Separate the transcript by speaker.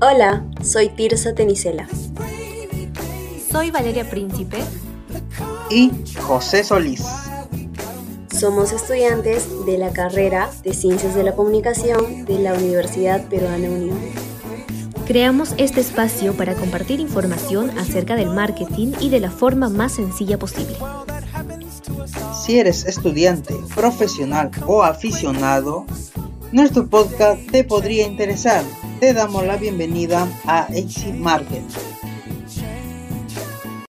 Speaker 1: Hola, soy Tirsa Tenicela.
Speaker 2: Soy Valeria Príncipe.
Speaker 3: Y José Solís.
Speaker 1: Somos estudiantes de la carrera de Ciencias de la Comunicación de la Universidad Peruana Unión.
Speaker 2: Creamos este espacio para compartir información acerca del marketing y de la forma más sencilla posible.
Speaker 3: Si eres estudiante, profesional o aficionado, nuestro podcast te podría interesar. Te damos la bienvenida a Exit Market,